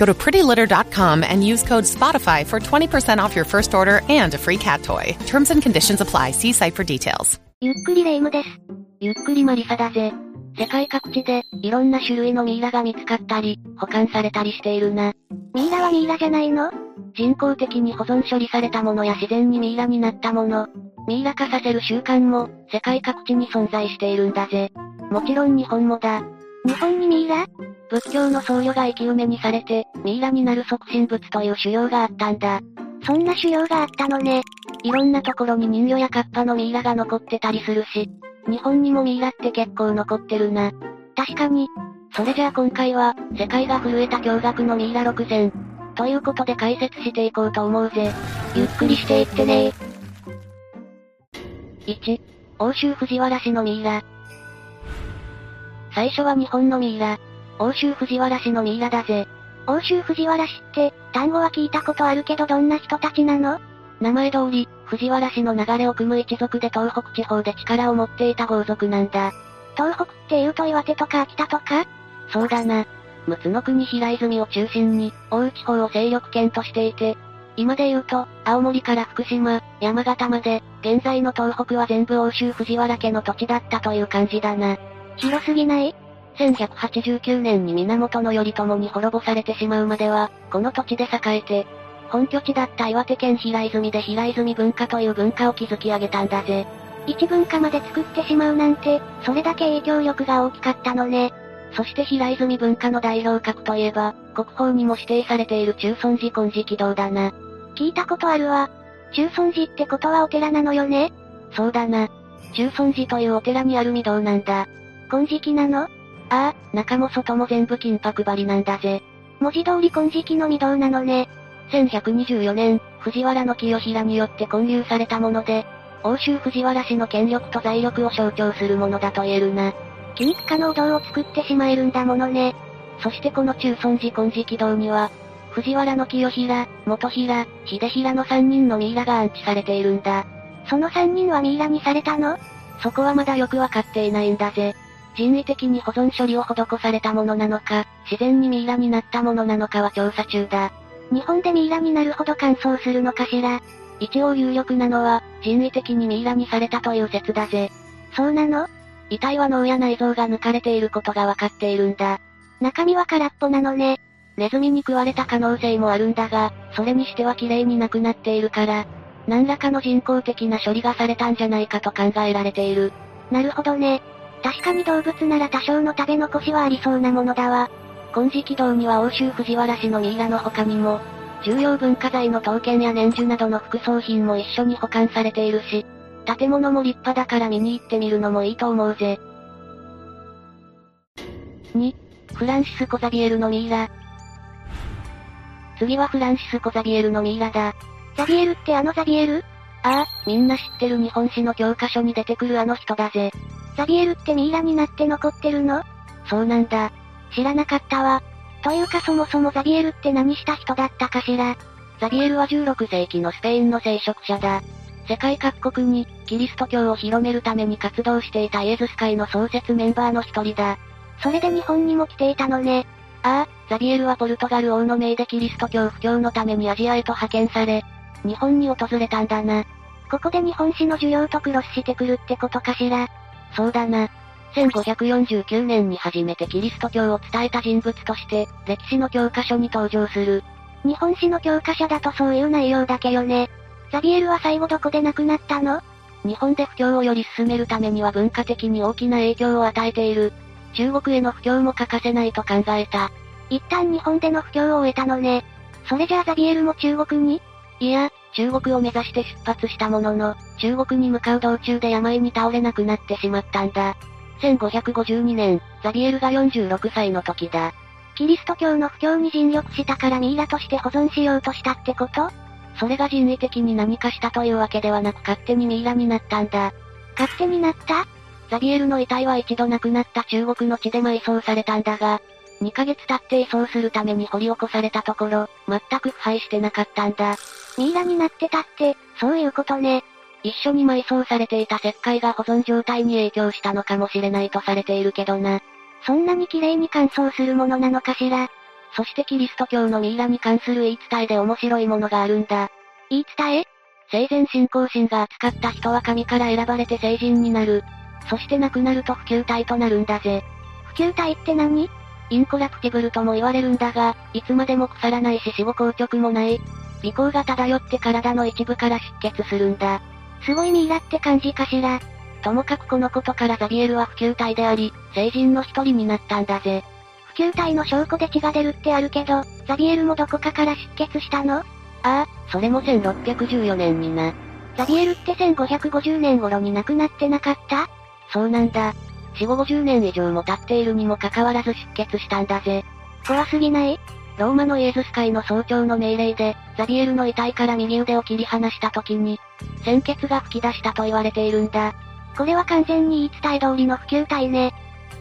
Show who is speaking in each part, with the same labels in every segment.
Speaker 1: Go to prettylitter.com and use code SPOTIFY for 20% off your first order and a free cat toy. Terms and conditions apply. See site for details.
Speaker 2: ゆっくりレ夢ムです。ゆっくりマリサだぜ。世界各地で、いろんな種類のミイラが見つかったり、保管されたりしているな。ミイラはミイラじゃないの人工的に保存処理されたものや自然にミイラになったもの。ミイラ化させる習慣も、世界各地に存在しているんだぜ。もちろん日本もだ。日本にミイラ仏教の僧侶が生き埋めにされて、ミイラになる即身仏という修行があったんだ。そんな修行があったのね。いろんなところに人魚やカッパのミイラが残ってたりするし、日本にもミイラって結構残ってるな。確かに。それじゃあ今回は、世界が震えた驚愕のミイラ6000。ということで解説していこうと思うぜ。ゆっくりしていってね1、欧州藤原氏のミイラ。最初は日本のミイラ。欧州藤原氏のミイラだぜ。欧州藤原氏って、単語は聞いたことあるけどどんな人たちなの名前通り、藤原氏の流れを組む一族で東北地方で力を持っていた豪族なんだ。東北って言うと岩手とか秋田とかそうだな。陸奥の国平泉を中心に、大内地方を勢力圏としていて、今で言うと、青森から福島、山形まで、現在の東北は全部欧州藤原家の土地だったという感じだな。広すぎない1189年に源頼朝に滅ぼされてしまうまでは、この土地で栄えて、本拠地だった岩手県平泉で平泉文化という文化を築き上げたんだぜ。一文化まで作ってしまうなんて、それだけ影響力が大きかったのね。そして平泉文化の代表格といえば、国宝にも指定されている中尊寺金色堂だな。聞いたことあるわ。中尊寺ってことはお寺なのよねそうだな。中尊寺というお寺にある御堂なんだ。金色なのああ、中も外も全部金箔張りなんだぜ。文字通り金色の御堂なのね。1124年、藤原の清平によって建立されたもので、欧州藤原氏の権力と財力を象徴するものだと言えるな。金貨のお堂を作ってしまえるんだものね。そしてこの中尊寺金色堂には、藤原の清平、元平、秀平の3人のミイラが安置されているんだ。その3人はミイラにされたのそこはまだよくわかっていないんだぜ。人為的に保存処理を施されたものなのか、自然にミイラになったものなのかは調査中だ。日本でミイラになるほど乾燥するのかしら一応有力なのは、人為的にミイラにされたという説だぜ。そうなの遺体は脳や内臓が抜かれていることがわかっているんだ。中身は空っぽなのね。ネズミに食われた可能性もあるんだが、それにしては綺麗になくなっているから、何らかの人工的な処理がされたんじゃないかと考えられている。なるほどね。確かに動物なら多少の食べ残しはありそうなものだわ。金色堂には欧州藤原氏のミイラの他にも、重要文化財の刀剣や年珠などの副葬品も一緒に保管されているし、建物も立派だから見に行ってみるのもいいと思うぜ。2、フランシスコ・ザビエルのミイラ。次はフランシスコ・ザビエルのミイラだ。ザビエルってあのザビエルああ、みんな知ってる日本史の教科書に出てくるあの人だぜ。ザビエルってミイラになって残ってるのそうなんだ。知らなかったわ。というかそもそもザビエルって何した人だったかしら。ザビエルは16世紀のスペインの聖職者だ。世界各国に、キリスト教を広めるために活動していたイエズス会の創設メンバーの一人だ。それで日本にも来ていたのね。ああ、ザビエルはポルトガル王の命でキリスト教布教のためにアジアへと派遣され、日本に訪れたんだな。ここで日本史の授業とクロスしてくるってことかしら。そうだな。1549年に初めてキリスト教を伝えた人物として、歴史の教科書に登場する。日本史の教科書だとそういう内容だけよね。ザビエルは最後どこで亡くなったの日本で布教をより進めるためには文化的に大きな影響を与えている。中国への布教も欠かせないと考えた。一旦日本での布教を終えたのね。それじゃあザビエルも中国にいや、中国を目指して出発したものの、中国に向かう道中で病に倒れなくなってしまったんだ。1552年、ザビエルが46歳の時だ。キリスト教の布教に尽力したからミイラとして保存しようとしたってことそれが人為的に何かしたというわけではなく勝手にミイラになったんだ。勝手になったザビエルの遺体は一度亡くなった中国の地で埋葬されたんだが、2ヶ月経って移送するために掘り起こされたところ、全く腐敗してなかったんだ。ミイラになってたって、そういうことね。一緒に埋葬されていた石灰が保存状態に影響したのかもしれないとされているけどな。そんなに綺麗に乾燥するものなのかしら。そしてキリスト教のミイラに関する言い伝えで面白いものがあるんだ。言い伝え生前信仰心が扱った人は神から選ばれて聖人になる。そして亡くなると不朽体となるんだぜ。不朽体って何インコラプティブルとも言われるんだが、いつまでも腐らないし死後硬直もない。微光が漂って体の一部から出血するんだ。すごいミイラって感じかしら。ともかくこのことからザビエルは不朽体であり、成人の一人になったんだぜ。不朽体の証拠で血が出るってあるけど、ザビエルもどこかから出血したのああ、それも1614年にな。ザビエルって1550年頃に亡くなってなかったそうなんだ。死後50年以上も経っているにもかかわらず出血したんだぜ。怖すぎないローマのイエズス会の総長の命令で、ザビエルの遺体から右腕を切り離した時に、鮮血が噴き出したと言われているんだ。これは完全に言い伝え通りの普及体ね。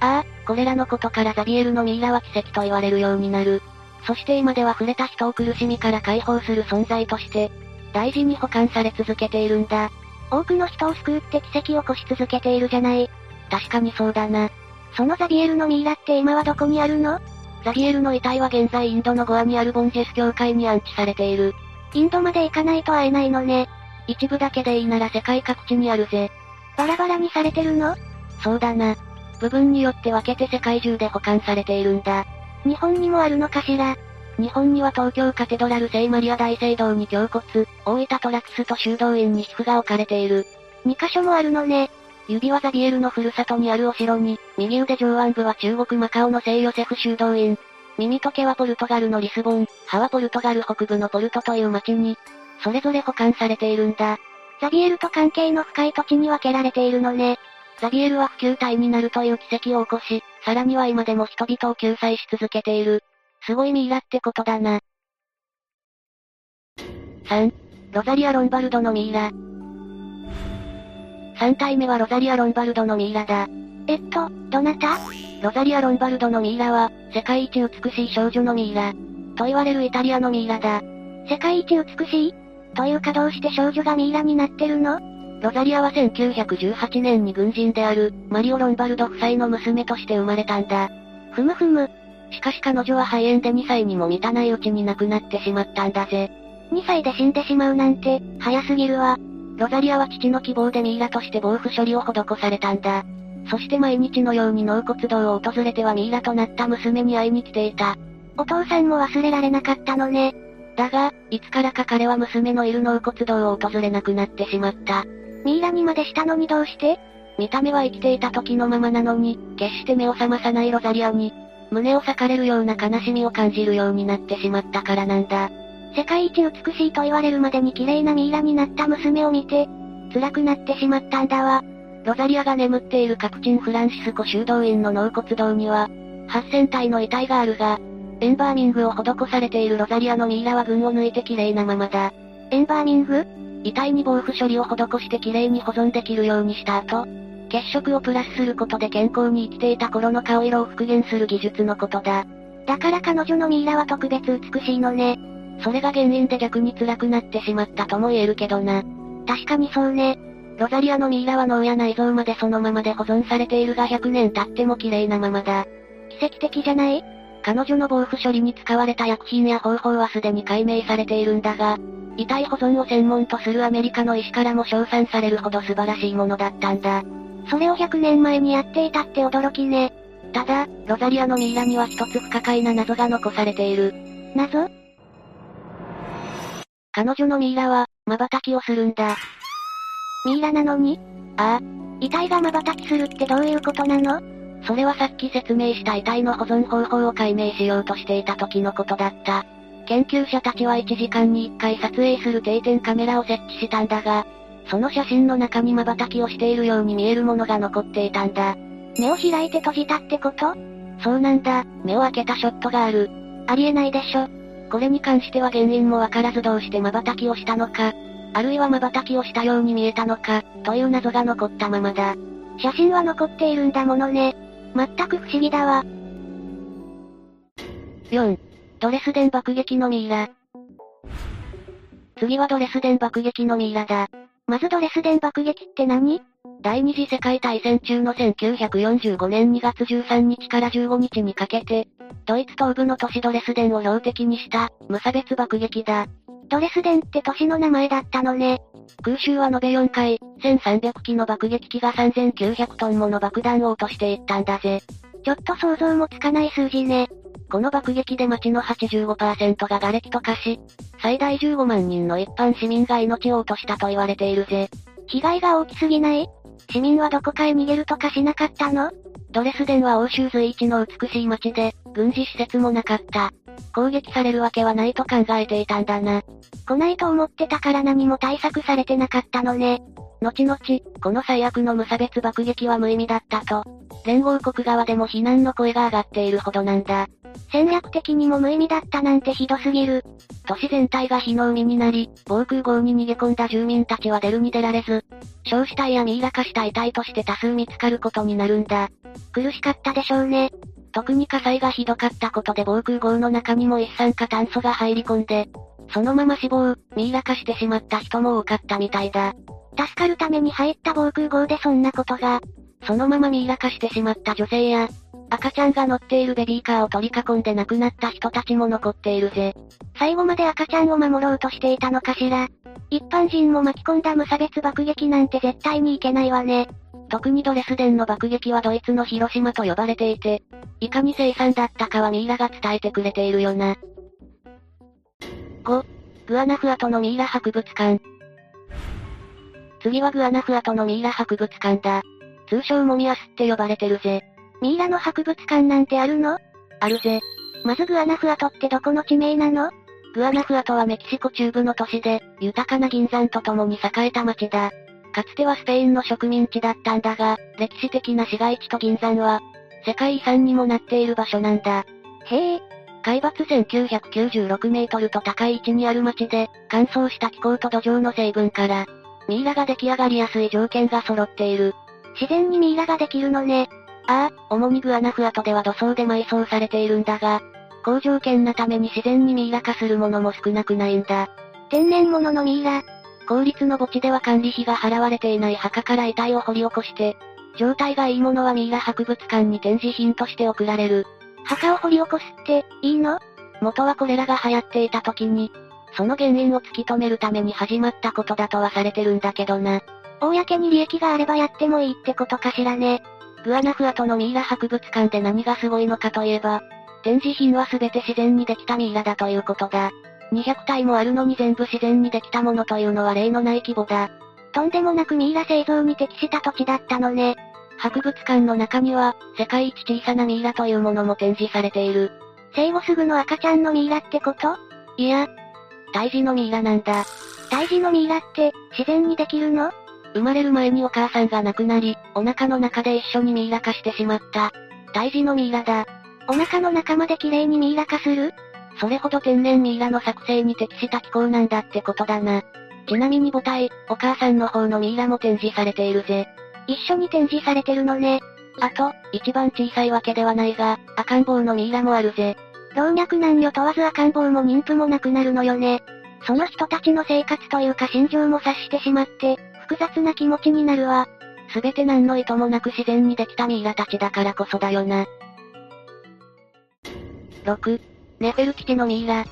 Speaker 2: ああ、これらのことからザビエルのミイラは奇跡と言われるようになる。そして今では触れた人を苦しみから解放する存在として、大事に保管され続けているんだ。多くの人を救うって奇跡を起こし続けているじゃない。確かにそうだな。そのザビエルのミイラって今はどこにあるのザビエルの遺体は現在インドのゴアにあるボンジェス教会に安置されている。インドまで行かないと会えないのね。一部だけでいいなら世界各地にあるぜ。バラバラにされてるのそうだな。部分によって分けて世界中で保管されているんだ。日本にもあるのかしら日本には東京カテドラル聖マリア大聖堂に胸骨、大分トラクスと修道院に皮膚が置かれている。2カ所もあるのね。指輪ザビエルのふるさとにあるお城に、右腕上腕部は中国マカオの聖ヨセフ修道院、耳と毛はポルトガルのリスボン、歯はポルトガル北部のポルトという町に、それぞれ保管されているんだ。ザビエルと関係の深い土地に分けられているのね。ザビエルは普及体になるという奇跡を起こし、さらには今でも人々を救済し続けている。すごいミイラってことだな。3、ロザリア・ロンバルドのミイラ。3体目はロザリア・ロンバルドのミイラだ。えっと、どなたロザリア・ロンバルドのミイラは、世界一美しい少女のミイラ。と言われるイタリアのミイラだ。世界一美しいというかどうして少女がミイラになってるのロザリアは1918年に軍人である、マリオ・ロンバルド夫妻の娘として生まれたんだ。ふむふむ。しかし彼女は肺炎で2歳にも満たないうちに亡くなってしまったんだぜ。2歳で死んでしまうなんて、早すぎるわ。ロザリアは父の希望でミイラとして防腐処理を施されたんだ。そして毎日のように納骨堂を訪れてはミイラとなった娘に会いに来ていた。お父さんも忘れられなかったのね。だが、いつからか彼は娘のいる納骨堂を訪れなくなってしまった。ミイラにまでしたのにどうして見た目は生きていた時のままなのに、決して目を覚まさないロザリアに、胸を裂かれるような悲しみを感じるようになってしまったからなんだ。世界一美しいと言われるまでに綺麗なミイラになった娘を見て、辛くなってしまったんだわ。ロザリアが眠っているカプチンフランシスコ修道院の納骨堂には、8000体の遺体があるが、エンバーミングを施されているロザリアのミイラは群を抜いて綺麗なままだ。エンバーミング遺体に防腐処理を施して綺麗に保存できるようにした後、血色をプラスすることで健康に生きていた頃の顔色を復元する技術のことだ。だから彼女のミイラは特別美しいのね。それが原因で逆に辛くなってしまったとも言えるけどな。確かにそうね。ロザリアのミイラは脳や内臓までそのままで保存されているが100年経っても綺麗なままだ。奇跡的じゃない彼女の防腐処理に使われた薬品や方法はすでに解明されているんだが、遺体保存を専門とするアメリカの医師からも称賛されるほど素晴らしいものだったんだ。それを100年前にやっていたって驚きね。ただ、ロザリアのミイラには一つ不可解な謎が残されている。謎彼女のミイラは、瞬きをするんだ。ミイラなのにああ。遺体が瞬きするってどういうことなのそれはさっき説明した遺体の保存方法を解明しようとしていた時のことだった。研究者たちは1時間に1回撮影する定点カメラを設置したんだが、その写真の中に瞬きをしているように見えるものが残っていたんだ。目を開いて閉じたってことそうなんだ、目を開けたショットがある。ありえないでしょ。これに関しては原因もわからずどうして瞬きをしたのか、あるいは瞬きをしたように見えたのか、という謎が残ったままだ。写真は残っているんだものね。全く不思議だわ。4. ドレスデン爆撃のミイラ。次はドレスデン爆撃のミイラだ。まずドレスデン爆撃って何第二次世界大戦中の1945年2月13日から15日にかけて、ドイツ東部の都市ドレスデンを標的にした、無差別爆撃だ。ドレスデンって都市の名前だったのね。空襲は延べ4回、1300機の爆撃機が3900トンもの爆弾を落としていったんだぜ。ちょっと想像もつかない数字ね。この爆撃で街の85%が瓦礫と化し、最大15万人の一般市民が命を落としたと言われているぜ。被害が大きすぎない市民はどこかへ逃げるとかしなかったのドレスデンは欧州随一の美しい街で、軍事施設もなかった。攻撃されるわけはないと考えていたんだな。来ないと思ってたから何も対策されてなかったのね。後々、この最悪の無差別爆撃は無意味だったと、連合国側でも非難の声が上がっているほどなんだ。戦略的にも無意味だったなんてひどすぎる。都市全体が火の海になり、防空壕に逃げ込んだ住民たちは出るに出られず、焼死体やミイラ化した遺体として多数見つかることになるんだ。苦しかったでしょうね。特に火災がひどかったことで防空壕の中にも一酸化炭素が入り込んで、そのまま死亡、ミイラ化してしまった人も多かったみたいだ。助かるために入った防空壕でそんなことが、そのままミイラ化してしまった女性や、赤ちゃんが乗っているベビーカーを取り囲んで亡くなった人たちも残っているぜ。最後まで赤ちゃんを守ろうとしていたのかしら。一般人も巻き込んだ無差別爆撃なんて絶対にいけないわね。特にドレスデンの爆撃はドイツの広島と呼ばれていて、いかに凄惨だったかはミイラが伝えてくれているよな。5、グアナフアトのミイラ博物館。次はグアナフアトのミイラ博物館だ。通称モミアスって呼ばれてるぜ。ミイラの博物館なんてあるのあるぜ。まずグアナフアトってどこの地名なのグアナフアトはメキシコ中部の都市で、豊かな銀山とともに栄えた町だ。かつてはスペインの植民地だったんだが、歴史的な市街地と銀山は、世界遺産にもなっている場所なんだ。へえ。海抜1996メートルと高い位置にある町で、乾燥した気候と土壌の成分から、ミイラが出来上がりやすい条件が揃っている。自然にミイラができるのね。ああ、主にグアナフアトでは土葬で埋葬されているんだが、好条件なために自然にミイラ化するものも少なくないんだ。天然物のミイラ。公立の墓地では管理費が払われていない墓から遺体を掘り起こして、状態がいいものはミイラ博物館に展示品として送られる。墓を掘り起こすって、いいの元はこれらが流行っていた時に、その原因を突き止めるために始まったことだとはされてるんだけどな。公に利益があればやってもいいってことかしらね。グアナフアトのミイラ博物館で何がすごいのかといえば、展示品は全て自然にできたミイラだということだ。200体もあるのに全部自然にできたものというのは例のない規模だ。とんでもなくミイラ製造に適した土地だったのね。博物館の中には、世界一小さなミイラというものも展示されている。生後すぐの赤ちゃんのミイラってこといや、胎児のミイラなんだ。胎児のミイラって、自然にできるの生まれる前にお母さんが亡くなり、お腹の中で一緒にミイラ化してしまった。胎児のミイラだ。お腹の中まで綺麗にミイラ化するそれほど天然ミイラの作成に適した気候なんだってことだな。ちなみに母体、お母さんの方のミイラも展示されているぜ。一緒に展示されてるのね。あと、一番小さいわけではないが、赤ん坊のミイラもあるぜ。老若男女問わず赤ん坊も妊婦も亡くなるのよね。その人たちの生活というか心情も察してしまって、複雑な気持ちになるわ。すべて何の意図もなく自然にできたミイラたちだからこそだよな。6、ネフェルキティのミイラ。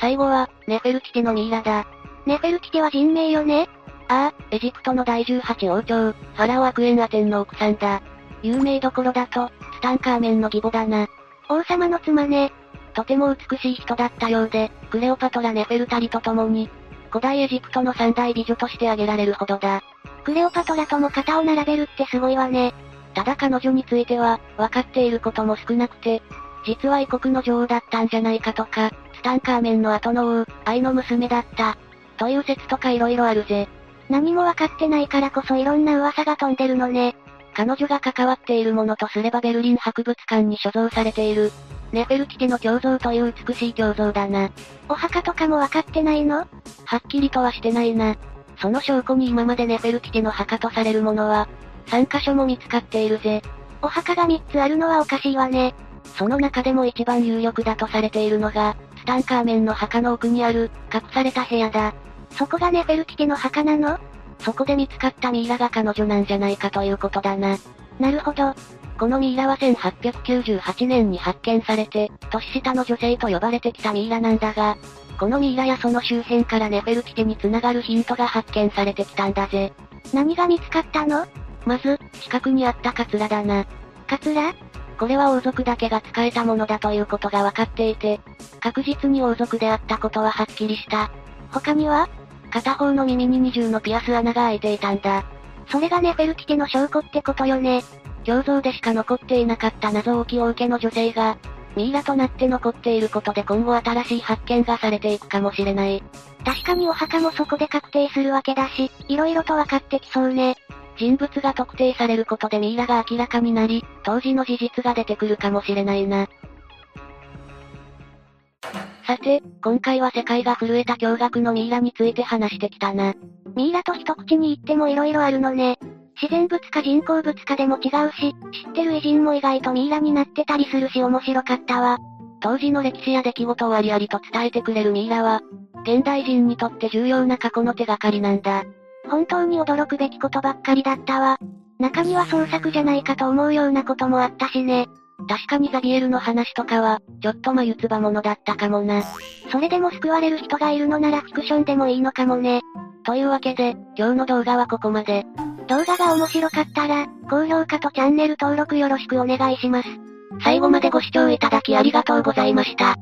Speaker 2: 最後は、ネフェルキティのミイラだ。ネフェルキティは人名よねああ、エジプトの第18王朝、ファラオアクエンアテンの奥さんだ。有名どころだと、ツタンカーメンの義母だな。王様の妻ね。とても美しい人だったようで、クレオパトラ・ネフェルタリと共に、古代エジプトの三大美女として挙げられるほどだ。クレオパトラとも肩を並べるってすごいわね。ただ彼女については、分かっていることも少なくて、実は異国の女王だったんじゃないかとか、ツタンカーメンの後の王、愛の娘だった、という説とか色々あるぜ。何も分かってないからこそいろんな噂が飛んでるのね。彼女が関わっているものとすればベルリン博物館に所蔵されている、ネフェルティテの胸像という美しい胸像だな。お墓とかも分かってないのはっきりとはしてないな。その証拠に今までネフェルティテの墓とされるものは、3カ所も見つかっているぜ。お墓が3つあるのはおかしいわね。その中でも一番有力だとされているのが、ツタンカーメンの墓の奥にある、隠された部屋だ。そこがネフェルティテの墓なのそこで見つかったミイラが彼女なんじゃないかということだな。なるほど。このミイラは1898年に発見されて、年下の女性と呼ばれてきたミイラなんだが、このミイラやその周辺からネフェルティテに繋がるヒントが発見されてきたんだぜ。何が見つかったのまず、近くにあったカツラだな。カツラこれは王族だけが使えたものだということが分かっていて、確実に王族であったことははっきりした。他には片方の耳に二重のピアス穴が開いていたんだ。それがネフェルティテの証拠ってことよね。胸像でしか残っていなかった謎多き王家の女性が、ミイラとなって残っていることで今後新しい発見がされていくかもしれない。確かにお墓もそこで確定するわけだし、いろいろと分かってきそうね。人物が特定されることでミイラが明らかになり、当時の事実が出てくるかもしれないな。さて、今回は世界が震えた驚愕のミイラについて話してきたな。ミイラと一口に言っても色々あるのね。自然物か人工物かでも違うし、知ってる偉人も意外とミイラになってたりするし面白かったわ。当時の歴史や出来事をありありと伝えてくれるミイラは、現代人にとって重要な過去の手がかりなんだ。本当に驚くべきことばっかりだったわ。中には創作じゃないかと思うようなこともあったしね。確かにザビエルの話とかは、ちょっと眉唾ものだったかもな。それでも救われる人がいるのならフィクションでもいいのかもね。というわけで、今日の動画はここまで。動画が面白かったら、高評価とチャンネル登録よろしくお願いします。最後までご視聴いただきありがとうございました。